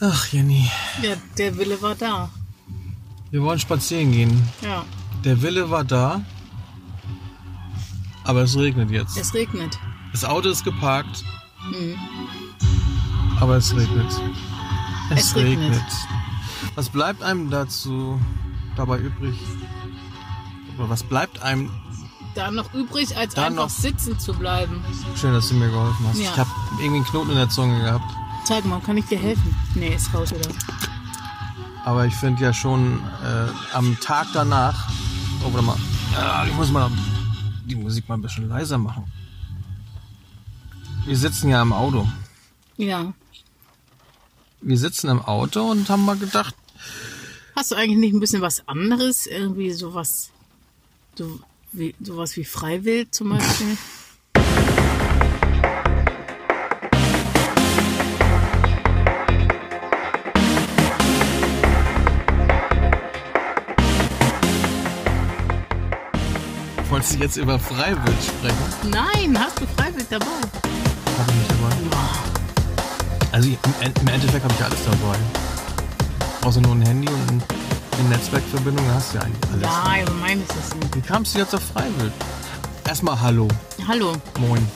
Ach, Jenny. Ja, der Wille war da. Wir wollen spazieren gehen. Ja, Der Wille war da. Aber es regnet jetzt. es regnet. das Auto ist geparkt. Aber es regnet. Es, Es regnet. regnet. Was bleibt einem dazu dabei übrig? Oder was bleibt einem? Da noch übrig, als Da einfach noch. sitzen zu bleiben. Schön, dass du mir geholfen hast. Ja. Ich habe irgendwie einen Knoten in der Zunge gehabt. Zeig mal, kann ich dir helfen? Nee, ist raus wieder. Aber ich finde ja schon äh, am Tag danach. Oh, warte mal. Ah, ich muss mal die Musik mal ein bisschen leiser machen. Wir sitzen ja im Auto. Ja. Wir sitzen im Auto und haben mal gedacht, Hast du eigentlich nicht ein bisschen was anderes? Irgendwie sowas, so, wie, sowas wie Freiwild zum Beispiel? wolltest du jetzt über Freiwild sprechen? Nein, hast du Freiwild dabei? Hab ich nicht dabei. Also ich- im En- im Endeffekt habe ich ja alles dabei. Außer nur ein Handy und ein- eine Netzwerkverbindung da hast du ja eigentlich alles. Nein, aber meine ist das nicht. Wie kamst du jetzt auf Freiwild? Erstmal Hallo, Hallo. moin.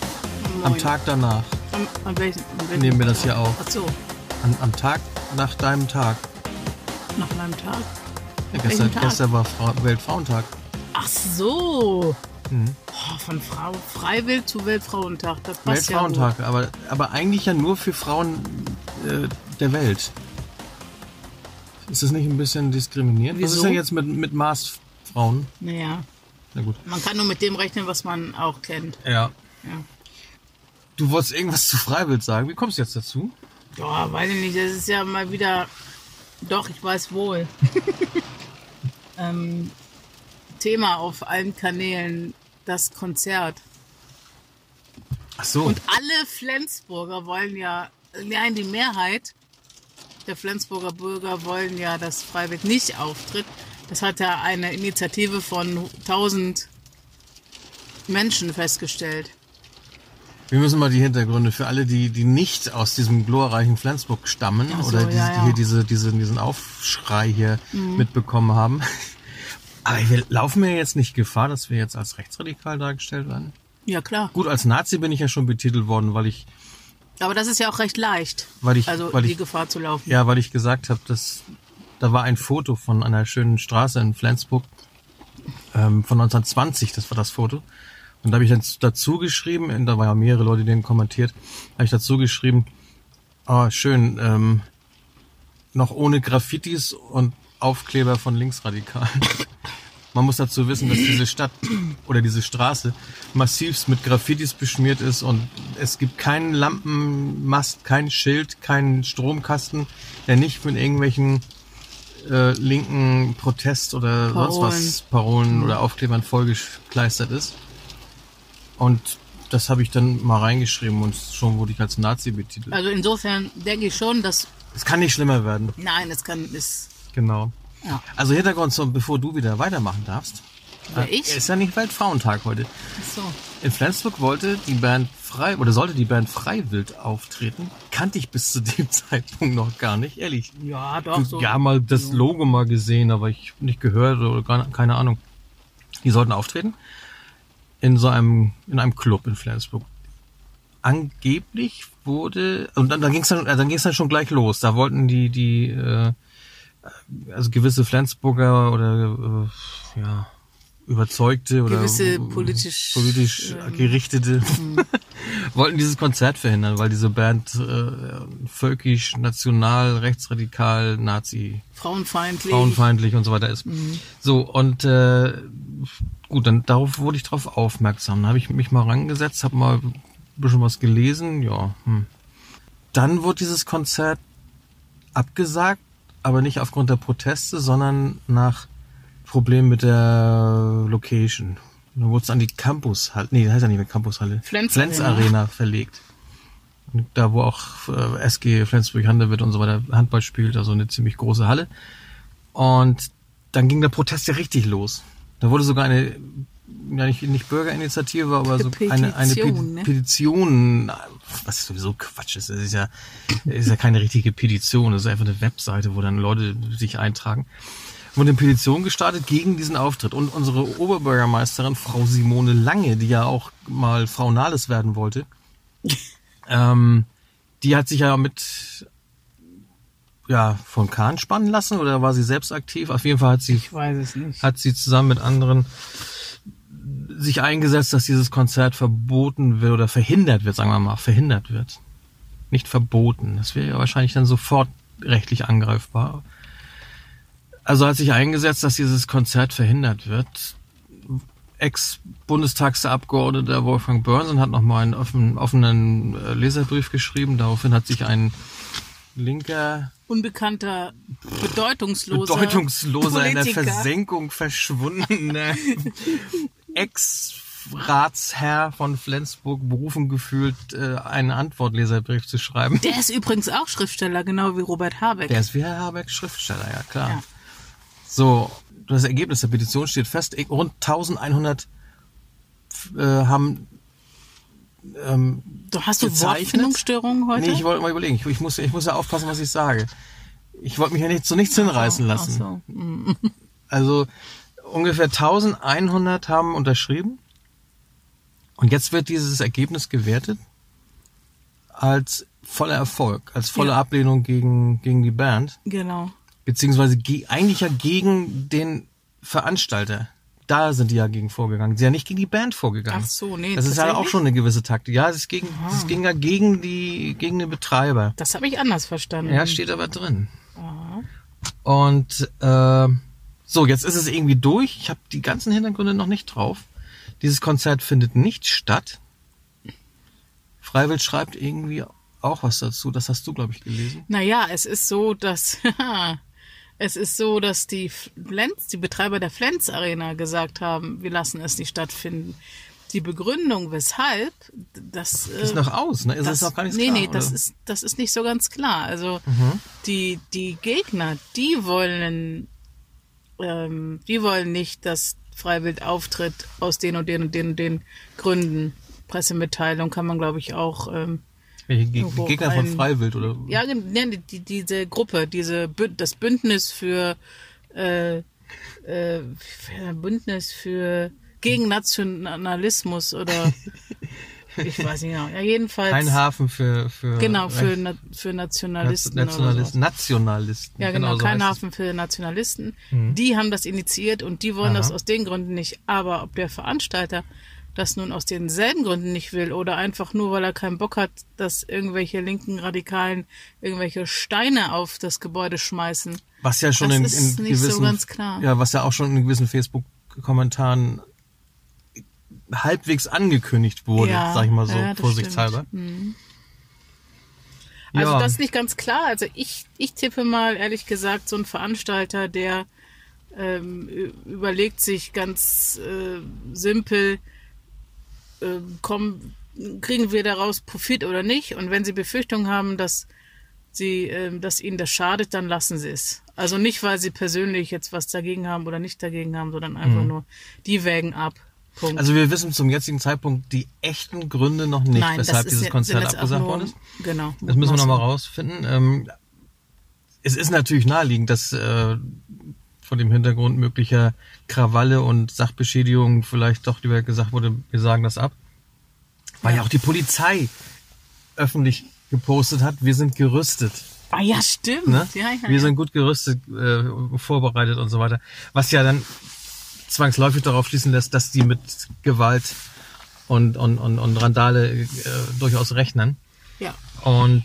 Am moin. Tag danach An, an welchen? An welchen? nehmen wir das hier auf. Ach so, An, am Tag nach deinem Tag. nach meinem Tag. Ja, gestern, Tag? gestern war Fra Weltfrauentag. Ach so. Mhm. Oh, von Frau Freiwild zu Weltfrauentag. Das passt Weltfrauentag, aber, aber eigentlich ja nur für Frauen äh, der Welt. Ist das nicht ein bisschen diskriminierend? Was Wieso? ist denn jetzt mit, mit Maßfrauen? Ja gut. Naja, Na gut. man kann nur mit dem rechnen, was man auch kennt. Ja. Ja. Du wolltest irgendwas zu Freiwild sagen. Wie kommst du jetzt dazu? Ja, weiß ich nicht, das ist ja mal wieder. Doch, ich weiß wohl. ähm, Thema auf allen Kanälen, das Konzert. Ach so. Und alle Flensburger wollen ja, nein, die Mehrheit der Flensburger Bürger wollen ja, dass Freiwild nicht auftritt. Das hat ja eine Initiative von 1000 Menschen festgestellt. Wir müssen mal die Hintergründe für alle, die, die nicht aus diesem glorreichen Flensburg stammen Ach so, oder die, ja, ja. Mhm. die hier diese, diese, diesen Aufschrei hier mitbekommen haben. Aber wir laufen wir jetzt nicht Gefahr, dass wir jetzt als rechtsradikal dargestellt werden? Ja, klar. Gut, als Nazi bin ich ja schon betitelt worden, weil ich, Aber das ist ja auch recht leicht, weil ich, also weil die ich, Gefahr zu laufen. ja, weil ich gesagt habe, dass da war ein Foto von einer schönen Straße in Flensburg ähm, von 1920, das war das Foto. Und da habe ich dann dazu geschrieben, und da waren ja mehrere Leute, die den kommentiert, habe ich dazu geschrieben, ah, schön, ähm, noch ohne Graffitis und Aufkleber von Linksradikalen. Man muss dazu wissen, dass diese Stadt oder diese Straße massivst mit Graffitis beschmiert ist und es gibt keinen Lampenmast, kein Schild, keinen Stromkasten, der nicht mit irgendwelchen äh, linken Protest oder sonst was Parolen oder Aufklebern vollgekleistert ist. Und das habe ich dann mal reingeschrieben und schon wurde ich als Nazi betitelt. Also insofern denke ich schon, dass Es kann nicht schlimmer werden. nein, es kann ist Genau. Ja. Also Hintergrund zum, bevor du wieder weitermachen darfst. Wer, ich? Ist ja nicht Weltfrauentag heute. so. In Flensburg wollte die Band frei oder sollte die Band Freiwild auftreten. Kannte ich bis zu dem Zeitpunkt noch gar nicht, ehrlich. Ja, doch so. Ja, mal das Logo mal gesehen, aber ich hab nicht gehört oder gar, keine Ahnung. Die sollten auftreten in so einem in einem Club in Flensburg. Angeblich wurde und dann, dann ging es dann, also dann ging's dann schon gleich los. Da wollten die die äh, also gewisse Flensburger oder äh, ja überzeugte oder äh, Gewisse politisch, ähm, hm. politisch gerichtete wollten dieses Konzert verhindern, weil diese Band äh, völkisch, national, rechtsradikal, Nazi Frauenfeindlich. frauenfeindlich und so weiter ist. So, und äh, gut, dann darauf wurde ich drauf aufmerksam. Dann habe ich mich mal rangesetzt, habe mal ein bisschen was gelesen, ja. Hm. Dann wurde dieses Konzert abgesagt, aber nicht aufgrund der Proteste, sondern nach Problemen mit der Location. Dann wurde es an die Campushalle, nee, heißt ja nicht mehr Campushalle. Flens Arena. Arena verlegt. Und Da, wo auch äh, SG Flensburg-Handewitt und so weiter Handball spielt, also eine ziemlich große Halle. Und dann ging der Protest ja richtig los. Da wurde sogar eine ja nicht, nicht Bürgerinitiative, aber so eine, eine Pe Petition, ne? Petition, was sowieso Quatsch ist. Das ist ja, ist ja keine richtige Petition, das ist einfach eine Webseite, wo dann Leute sich eintragen. Wurde eine Petition gestartet gegen diesen Auftritt. Und unsere Oberbürgermeisterin, Frau Simone Lange, die ja auch mal Frau Nahles werden wollte, ähm, die hat sich ja mit ja, von Kahn spannen lassen oder war sie selbst aktiv? Auf jeden Fall hat sie Ich weiß es nicht. hat sie zusammen mit anderen sich eingesetzt, dass dieses Konzert verboten wird oder verhindert wird, sagen wir mal, verhindert wird. Nicht verboten. Das wäre ja wahrscheinlich dann sofort rechtlich angreifbar. Also hat sich eingesetzt, dass dieses Konzert verhindert wird. Ex-Bundestagsabgeordneter Wolfgang Börnsen hat nochmal einen offen, offenen äh, Leserbrief geschrieben. Daraufhin hat sich ein linker Unbekannter, bedeutungsloser, bedeutungsloser, in der Politiker. Versenkung verschwundener Ex-Ratsherr von Flensburg berufen gefühlt, äh, einen Antwortleserbrief zu schreiben. Der ist übrigens auch Schriftsteller, genau wie Robert Habeck. Der ist wie Herr Habeck Schriftsteller, ja klar. Ja. So, das Ergebnis der Petition steht fest. Ich- Rund 1100 äh, haben Du hast du gezeichnet. Wortfindungsstörungen heute? Nee, ich wollte mal überlegen. Ich, ich, muss, ich muss ja aufpassen, was ich sage. Ich wollte mich ja nicht zu nichts hinreißen Oh, Ach lassen. so. Also ungefähr 1100 haben unterschrieben. Und jetzt wird dieses Ergebnis gewertet als voller Erfolg, als volle Ja. Ablehnung gegen, gegen die Band, Genau. beziehungsweise ge eigentlich ja gegen den Veranstalter. Da sind die ja gegen vorgegangen. Sie sind ja nicht gegen die Band vorgegangen. Ach so, nee, Das ist ja auch tatsächlich? schon eine gewisse Taktik. Ja, es ging, es ging ja gegen die, gegen den Betreiber. Das habe ich anders verstanden. Ja, steht aber drin. Und äh, so, jetzt ist es irgendwie durch. Ich habe die ganzen Hintergründe noch nicht drauf. Dieses Konzert findet nicht statt. Freiwild schreibt irgendwie auch was dazu. Das hast du, glaube ich, gelesen. Naja, es ist so, dass es ist so, dass die Flens, die Betreiber der Flens Arena gesagt haben, wir lassen es nicht stattfinden. Die Begründung, weshalb, das äh, Ist noch aus, ne? Ist das, noch gar nicht nee, klar, nee, das oder? Mhm. ist, das ist nicht so ganz klar. Also die, die Gegner, die wollen, ähm, die wollen nicht, dass Freiwild auftritt aus den und den und den und den Gründen. Pressemitteilung kann man, glaube ich, auch. Ähm, Welche Geg irgendwo Gegner von ein- Freiwild oder? ja, gen- ne, die, die, diese Gruppe, diese Bünd das Bündnis für äh, äh, Bündnis für gegen Nationalismus oder ich weiß nicht genau. Ja, jedenfalls. Kein Hafen für für Genau, für, Recht- Na für Nationalisten. Nationalisten. oder sowas. äh, Nationalisten. Nationalisten. ja, genau, so heißt kein es. Hafen für Nationalisten. Die haben das initiiert und die wollen Aha. das aus den Gründen nicht. Aber ob der Veranstalter das nun aus denselben Gründen nicht will oder einfach nur, weil er keinen Bock hat, dass irgendwelche linken Radikalen irgendwelche Steine auf das Gebäude schmeißen. Was ja schon Das in, in ist nicht so gewissen, ganz klar. ja, was ja auch schon in gewissen Facebook-Kommentaren halbwegs angekündigt wurde, Ja, sag ich mal so, ja, das Hm. vorsichtshalber. Also ja, das ist nicht ganz klar. Also ich, ich tippe mal, ehrlich gesagt, so ein Veranstalter, der ähm, ü- überlegt sich ganz äh, simpel, äh, kommen, kriegen wir daraus Profit oder nicht? Und wenn sie Befürchtungen haben, dass sie, ähm, dass ihnen das schadet, dann lassen sie es. Also nicht, weil sie persönlich jetzt was dagegen haben oder nicht dagegen haben, sondern einfach nur, die wägen ab. Punkt. Mhm. also wir wissen zum jetzigen Zeitpunkt die echten Gründe noch nicht, Nein, das weshalb ist dieses ja- sind Konzert jetzt auch abgesagt nur- worden ist. Genau. Das müssen wir nochmal rausfinden. Ähm, es ist natürlich naheliegend, dass äh, vor dem Hintergrund möglicher Krawalle und Sachbeschädigungen vielleicht doch lieber gesagt wurde, wir sagen das ab. Weil ja auch die Polizei öffentlich gepostet hat, wir sind gerüstet. Ah ja, stimmt. Ne? Ja, ja, wir ja. sind gut gerüstet, äh, vorbereitet und so weiter. Was ja dann zwangsläufig darauf schließen lässt, dass die mit Gewalt und, und, und, und Randale äh, durchaus rechnen. ja. Und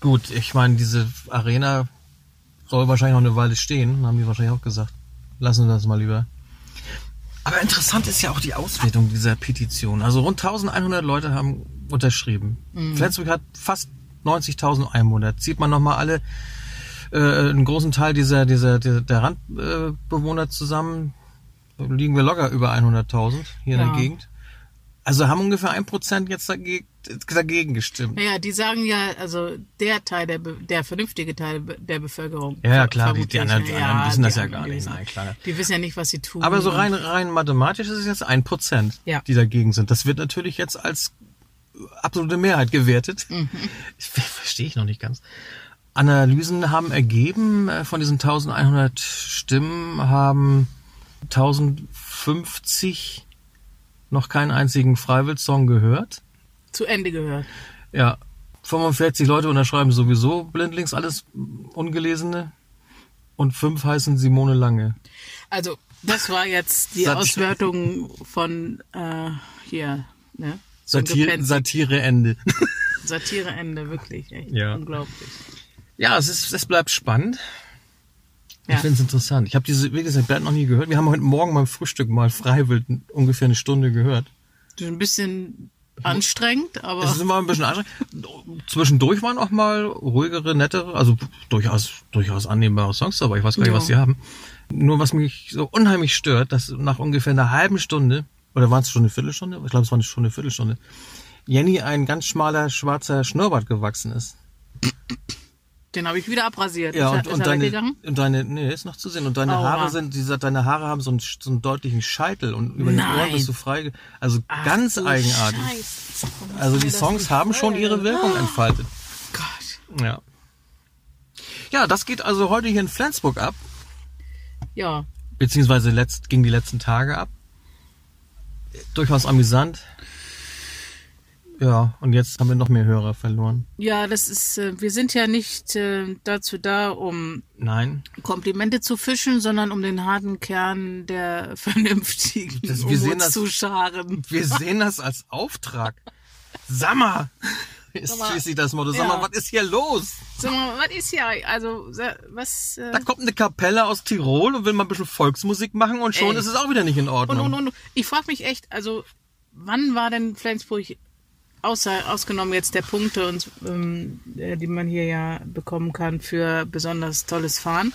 gut, ich meine, diese Arena soll wahrscheinlich noch eine Weile stehen, haben die wahrscheinlich auch gesagt. Lassen wir das mal lieber. Aber interessant ist ja auch die Auswertung dieser Petition. Also rund 1100 Leute haben unterschrieben. Flensburg hat fast 90.000 Einwohner. Zieht man nochmal alle, äh, einen großen Teil dieser, dieser, dieser der Randbewohner äh, Bewohner zusammen, liegen wir locker über 100.000 hier in Ja. der Gegend. Also haben ungefähr 1% jetzt dagegen, dagegen gestimmt. Naja, die sagen ja, also der Teil, der, Be- der vernünftige Teil der Be- der Bevölkerung. Ja, ja, ver- klar, die, vermutlich, die, anderen, die ja, anderen wissen die das ja anderen gar nicht. wissen- Nein, klar. Die wissen ja nicht, was sie tun. Aber so rein, rein mathematisch ist es jetzt ein Prozent, Mhm. Ja. die dagegen sind. Das wird natürlich jetzt als absolute Mehrheit gewertet. Ich ver- verstehe ich noch nicht ganz. Analysen haben ergeben, äh, von diesen 1100 Stimmen haben 1050 noch keinen einzigen Freiwild-Song gehört. Zu Ende gehört. Ja, 45 Leute unterschreiben sowieso blindlings alles Ungelesene. Und fünf heißen Simone Lange. Also, das war jetzt die Sat- Auswertung von äh, hier, ne? So ein Satir Gepenz- Satire Ende. Satireende, wirklich. Echt Ja. Unglaublich. Ja, es, ist, es bleibt spannend. Ja. Ich finde es interessant. Ich habe diese, wie gesagt, Band noch nie gehört. Wir haben heute Morgen beim Frühstück mal freiwillig ungefähr eine Stunde gehört. Das ist ein bisschen anstrengend, aber Es ist immer ein bisschen anstrengend. Zwischendurch waren auch mal ruhigere, nettere, also durchaus, durchaus annehmbare Songs dabei. Ich weiß gar nicht, Ja. was sie haben. Nur was mich so unheimlich stört, dass nach ungefähr einer halben Stunde, oder war es schon eine Viertelstunde? Ich glaube, es war eine- schon eine Viertelstunde. Jenny ein ganz schmaler, schwarzer Schnurrbart gewachsen ist. den habe ich wieder abrasiert. Ja, ist er, und, ist und er Oh, deine, weggegang? und deine, nee, ist noch zu sehen. Und deine Aua. Haare sind, die, deine Haare haben so einen, so einen deutlichen Scheitel und über den Ohren Nein. bist du frei. Also Ach, ganz du eigenartig. Scheiße. Warum Also ist die mir das Songs nicht haben schon ihre Wirkung entfaltet. Gott. Ja. Ja, das geht also heute hier in Flensburg ab, Ja, beziehungsweise letzt, ging die letzten Tage ab. Durchaus amüsant. Ja, und jetzt haben wir noch mehr Hörer verloren. ja, das ist, äh, wir sind ja nicht äh, dazu da, um Nein. Komplimente zu fischen, sondern um den harten Kern der Vernünftigen Das- wir um sehen uns das- zu scharen. Wir sehen das als Auftrag. Sammer! Ist Sammer. schließlich das Motto. Sammer, Ja. was ist hier los? Sag mal, was ist hier? Also, sa- was. Äh, Da kommt eine Kapelle aus Tirol und will mal ein bisschen Volksmusik machen und schon Ey. ist es auch wieder nicht in und, Ordnung. und, und, ich frage mich echt, also, wann war denn Flensburg, außer, ausgenommen jetzt der Punkte, und, ähm, äh, die man hier ja bekommen kann für besonders tolles Fahren?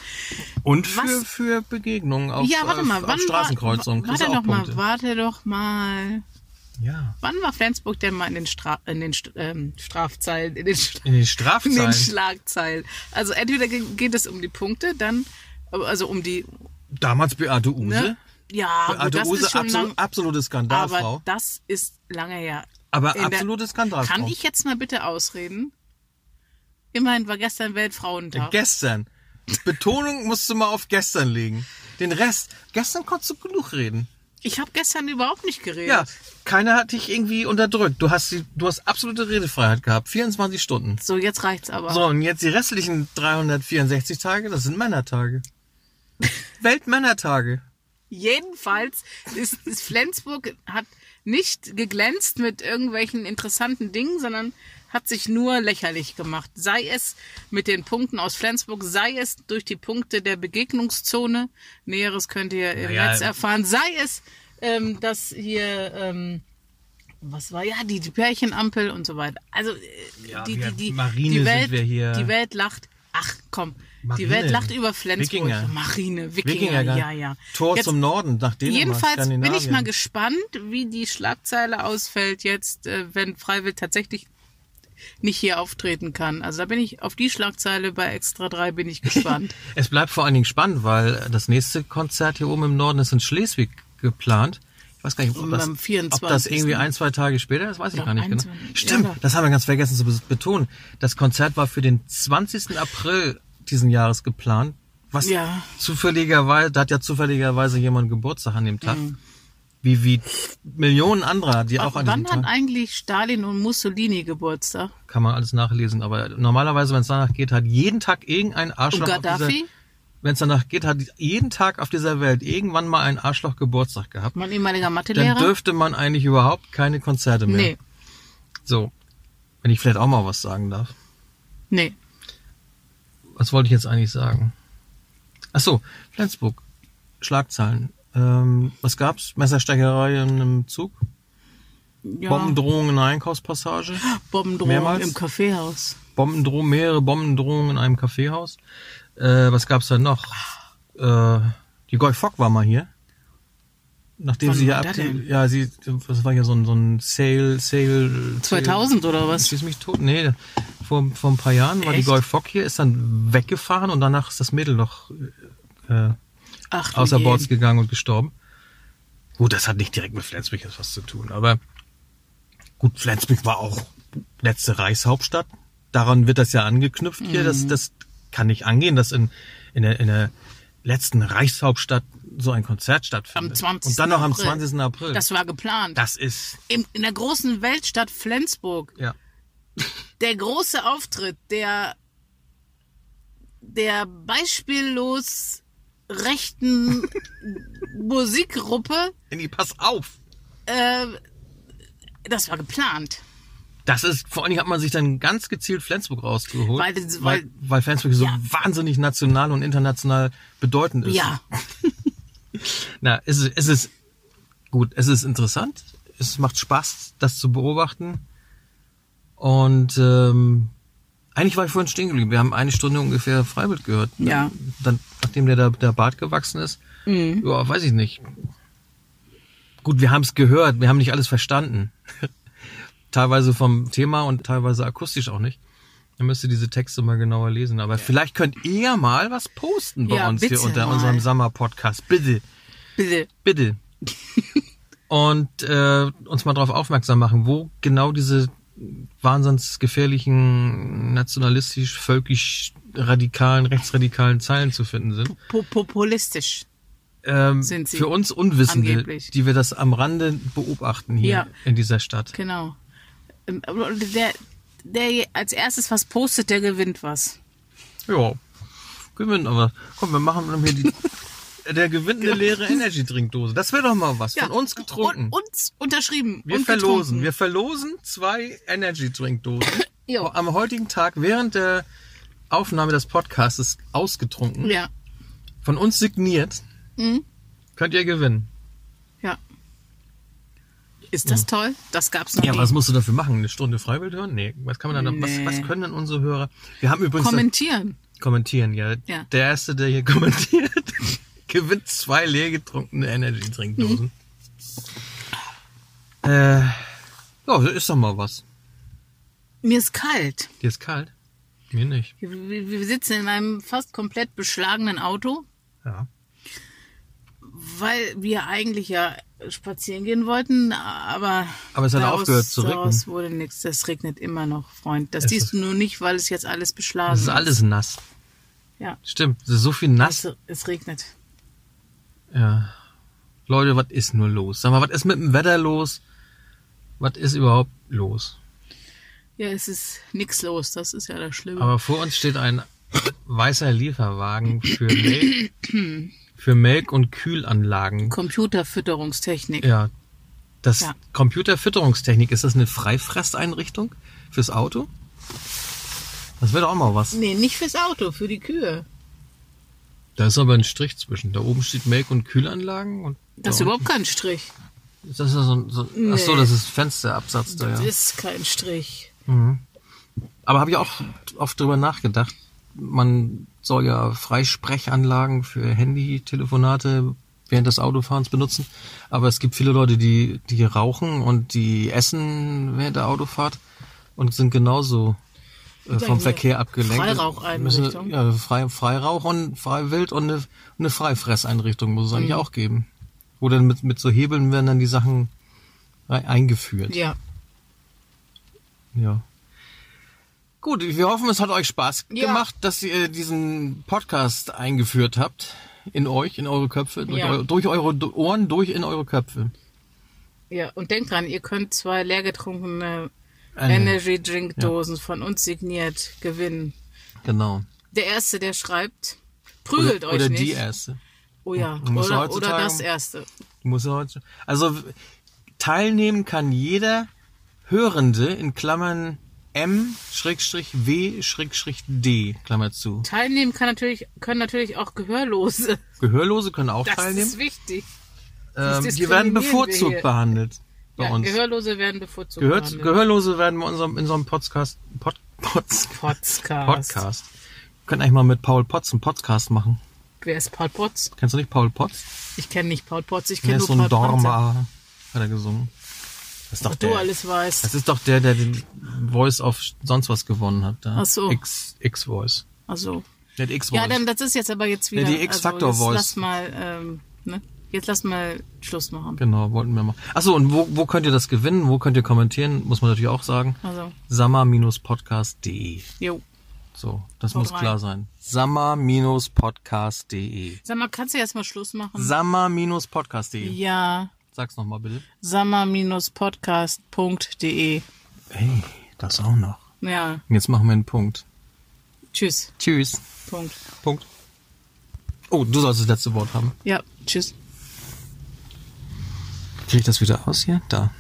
Und für, Was? für Begegnungen auf, äh, ja, warte auf, mal, auf wann. Straßenkreuzungen. War, Kriegst warte, du auch doch mal, Punkte. warte doch mal. Ja. Wann war Flensburg denn mal in den, Stra in den St ähm, Strafzeilen, in den Stra In den in Strafzeilen. den Schlagzeilen. Also entweder ge- geht es um die Punkte, dann also um die Damals Beate Use. ne? ja, gut, Beate das Use, ist schon absolu lang, absolute aber Skandalfrau. das ist lange her. Aber, in der- absolute Skandalfrau. Kann ich jetzt mal bitte ausreden? Immerhin war gestern Weltfrauentag. Gestern. Betonung musst du mal auf gestern legen. Den Rest. Gestern konntest du genug reden. ich habe gestern überhaupt nicht geredet. Ja, keiner hat dich irgendwie unterdrückt. Du hast, die, du hast absolute Redefreiheit gehabt. 24 Stunden. So, jetzt reicht's aber. So, und jetzt die restlichen 364 Tage, das sind Männertage. Weltmännertage. Jedenfalls ist, ist Flensburg hat nicht geglänzt mit irgendwelchen interessanten Dingen, sondern hat sich nur lächerlich gemacht. Sei es mit den Punkten aus Flensburg, sei es durch die Punkte der Begegnungszone. Näheres könnt ihr im Naja. Netz erfahren. Sei es, ähm, dass hier, ähm, was war ja, die, die Pärchenampel und so weiter. Also, äh, Ja, die, wir- die, die, Marine die sind Welt, wir hier. die Welt lacht. Ach komm, Marine. die Welt lacht über Flensburg. Wikinger. Marine, Wikinger, Wikinger, ja, ja. Tor Jetzt- zum Norden, nach Dänemark, Jedenfalls bin ich Skandinavien. mal gespannt, wie die Schlagzeile ausfällt jetzt, äh, wenn Freiwill tatsächlich nicht hier auftreten kann. Also da bin ich auf die Schlagzeile bei Extra 3 bin ich gespannt. Es bleibt vor allen Dingen spannend, weil das nächste Konzert hier oben im Norden ist in Schleswig geplant. Ich weiß gar nicht, ob Am das, ob 24.. das irgendwie ein, zwei Tage später ist, weiß ich Oder gar nicht genau. 21., Stimmt, ja. das haben wir ganz vergessen zu bes- betonen. Das Konzert war für den 20. April diesen Jahres geplant. Was Ja. zufälligerweise, da hat ja zufälligerweise jemand Geburtstag an dem Tag. Mhm. Wie, wie Millionen anderer, die auch an diesem Wann Tag. hat eigentlich Stalin und Mussolini Geburtstag? Kann man alles nachlesen. Aber normalerweise, wenn es danach geht, hat jeden Tag irgendein Und Arschloch. auf dieser- Gaddafi? wenn es danach geht, hat jeden Tag auf dieser Welt irgendwann mal ein Arschloch Geburtstag gehabt. Mein ehemaliger Dann Mathelehrer? dürfte man eigentlich überhaupt keine Konzerte mehr. Nee, So, wenn ich vielleicht auch mal was sagen darf. nee. Was wollte ich jetzt eigentlich sagen? Ach so, Flensburg. Schlagzeilen. Ähm, was gab's? Messerstecherei in einem Zug? Ja. Bombendrohung in einer Einkaufspassage? Bombendrohung Mehrmals? im Kaffeehaus. Bombendrohung, mehrere Bombendrohungen in einem Kaffeehaus. Äh, was gab's da noch? Äh, die Goy Fock war mal hier. Nachdem Wann sie hier war ab, der denn? ja, sie, das war ja so ein, so ein Sale, Sale. 2000 oder Sale, was? schieß mich tot. Nee, vor, vor ein paar Jahren war die Echt? Golf Fock hier, ist dann weggefahren und danach ist das Mädelloch äh, Ach, du außer je. Bords gegangen und gestorben. Gut, das hat nicht direkt mit Flensburg jetzt was zu tun, aber gut, Flensburg war auch letzte Reichshauptstadt. Daran wird das ja angeknüpft hier. Mhm. Das, das kann nicht angehen, dass in, in, der, in der letzten Reichshauptstadt so ein Konzert stattfindet. Am 20. Und dann noch am April. 20. April. Das war geplant. das ist, Im, in der großen Weltstadt Flensburg. ja. Der große Auftritt, der, der beispiellos rechten Musikgruppe, Andy, pass auf! äh, das war geplant. Das ist, vor allen Dingen hat man sich dann ganz gezielt Flensburg rausgeholt. Weil das- weil, weil- weil Flensburg so Ja. wahnsinnig national und international bedeutend ist. Ja, Na, es ist, es ist gut, es ist interessant, es macht Spaß, das zu beobachten. Und ähm, eigentlich war ich vorhin stehen geblieben. Wir haben eine Stunde ungefähr Freiwild gehört. Ja. Mhm. Dann, nachdem der, der, der Bart gewachsen ist. Ja, weiß ich nicht. Gut, wir haben es gehört, wir haben nicht alles verstanden. teilweise vom Thema und teilweise akustisch auch nicht. Dann müsst ihr diese Texte mal genauer lesen. Aber vielleicht könnt ihr ja mal was posten bei Ja, uns hier bitte unter mal. unserem Sommer-Podcast. Bitte. bitte. Bitte. Und äh, uns mal darauf aufmerksam machen, wo genau diese wahnsinnsgefährlichen, nationalistisch, völkisch radikalen, rechtsradikalen Zeilen zu finden sind. Po populistisch. Ähm, Sind sie für uns Unwissende, angeblich. die wir das am Rande beobachten hier Ja. in dieser Stadt. Genau. Ähm, aber Der, der als erstes was postet, der gewinnt was. Ja, gewinnen aber. Komm, wir machen hier die... Der gewinnt Genau. eine leere Energy-Trinkdose. Das wäre doch mal was. Von uns getrunken. Und, uns unterschrieben. Wir und verlosen, getrunken. wir verlosen zwei Energy Drink Dosen. Jo. Am heutigen Tag während der Aufnahme des Podcasts ausgetrunken, Ja, Mhm. von uns signiert, könnt ihr gewinnen. ja. Ist das toll? Das gab's noch Ja, nie. was musst du dafür machen? Eine Stunde Freiwild hören? Nee, was kann man dann, Nee. was, was können denn unsere Hörer? Wir haben übrigens Kommentieren. kommentieren, ja. Ja. Der erste, der hier kommentiert, gewinnt zwei leer getrunkene Energy Mhm. Drink Dosen. Äh, ja, ist doch mal was. Mir ist kalt. Dir ist kalt? Mir nicht. Wir, wir wir sitzen in einem fast komplett beschlagenen Auto, Ja. weil wir eigentlich ja spazieren gehen wollten, aber, Aber es hat daraus, aufgehört zu regnen. Daraus wurde nichts. Das regnet immer noch, Freund. Das Es siehst ist- du nur nicht, weil es jetzt alles beschlagen Es ist alles nass. Ja, Stimmt, es ist so viel nass. es, es regnet. Also Ja. Leute, was ist nur los? Sag mal, was ist mit dem Wetter los? Was ist überhaupt los? Ja, es ist nix los, das ist ja das Schlimme. Aber vor uns steht ein weißer Lieferwagen für Melk, für Melk und Kühlanlagen. Computerfütterungstechnik. Ja. Das Ja. Computerfütterungstechnik, ist das eine Freifresseinrichtung fürs Auto? Das wäre doch auch mal was. Nee, nicht fürs Auto, für die Kühe. Da ist aber ein Strich zwischen. Da oben steht Melk und Kühlanlagen und Das ist da überhaupt kein Strich. unten- ist das so ein, so, ach so, Nee. das ist Fensterabsatz da, ja. Das ist kein Strich. Aber habe ich auch oft drüber nachgedacht. Man soll ja Freisprechanlagen für Handy-Telefonate während des Autofahrens benutzen. Aber es gibt viele Leute, die, die rauchen und die essen während der Autofahrt und sind genauso äh, vom eine Verkehr abgelenkt. Freiraucheinrichtung. Müssen- Ja, Frei, Freirauch und Freiwild und eine, eine Freifresseinrichtung muss es eigentlich Mhm. auch geben. Wo dann mit, mit so Hebeln werden dann die Sachen rei- eingeführt. Ja. Ja. Gut, wir hoffen, es hat euch Spaß Ja. gemacht, dass ihr diesen Podcast eingeführt habt. In euch, in eure Köpfe, durch, Ja. eu durch eure Do- Ohren, durch in eure Köpfe. Ja, und denkt dran, ihr könnt zwei leer getrunkene Eine- Energy Drink Dosen von uns signiert gewinnen. Genau. Der erste, der schreibt, prügelt oder euch oder nicht. die erste. Oh ja, Muss oder, oder heutzutage- das erste. Die Muss ja heute. Also w- teilnehmen kann jeder Hörende in Klammern M-W-D, Klammer zu. Teilnehmen kann natürlich, können natürlich auch Gehörlose. Gehörlose können auch Das teilnehmen. ist wichtig. ähm, die werden diskriminieren wir bevorzugt hier. behandelt bei Ja, uns. Gehörlose werden bevorzugt. Gehört, behandelt. Gehörlose werden wir in unserem, in unserem Podcast, Pod, Pod, Podcast. Podcast. Wir können eigentlich mal mit Paul Potts einen Podcast machen. Wer ist Paul Potts? Kennst du nicht Paul Potts? Ich kenne nicht Paul Potts, ich Der kenne ist nur so ein Paul Potts. Dorma, hat er gesungen. Das ist doch Was du der. alles weißt. Äh, Das ist doch der, der den Voice auf sonst was gewonnen hat. Da. Ach so. X, X-Voice. Also, Der hat X-Voice. ja, dann das ist jetzt aber jetzt Ja, wieder. die X-Factor also, Voice. jetzt lass mal, ähm, ne? Jetzt lass mal Schluss machen. Genau, wollten wir machen. Achso, und wo, wo könnt ihr das gewinnen? Wo könnt ihr kommentieren? Muss man natürlich auch sagen. Also, Sammer-podcast.de. jo. So, das Haut muss rein. klar sein. Sammer-podcast.de. Sag mal, kannst du jetzt mal Schluss machen? Sammer-podcast.de. ja. Sag's nochmal bitte. Sammer-podcast.de. Hey, das auch noch. Ja, Und Jetzt machen wir einen Punkt. tschüss. Tschüss. Punkt. Punkt. Oh, du sollst das letzte Wort haben. Ja, tschüss. Krieg ich das wieder aus hier? Da.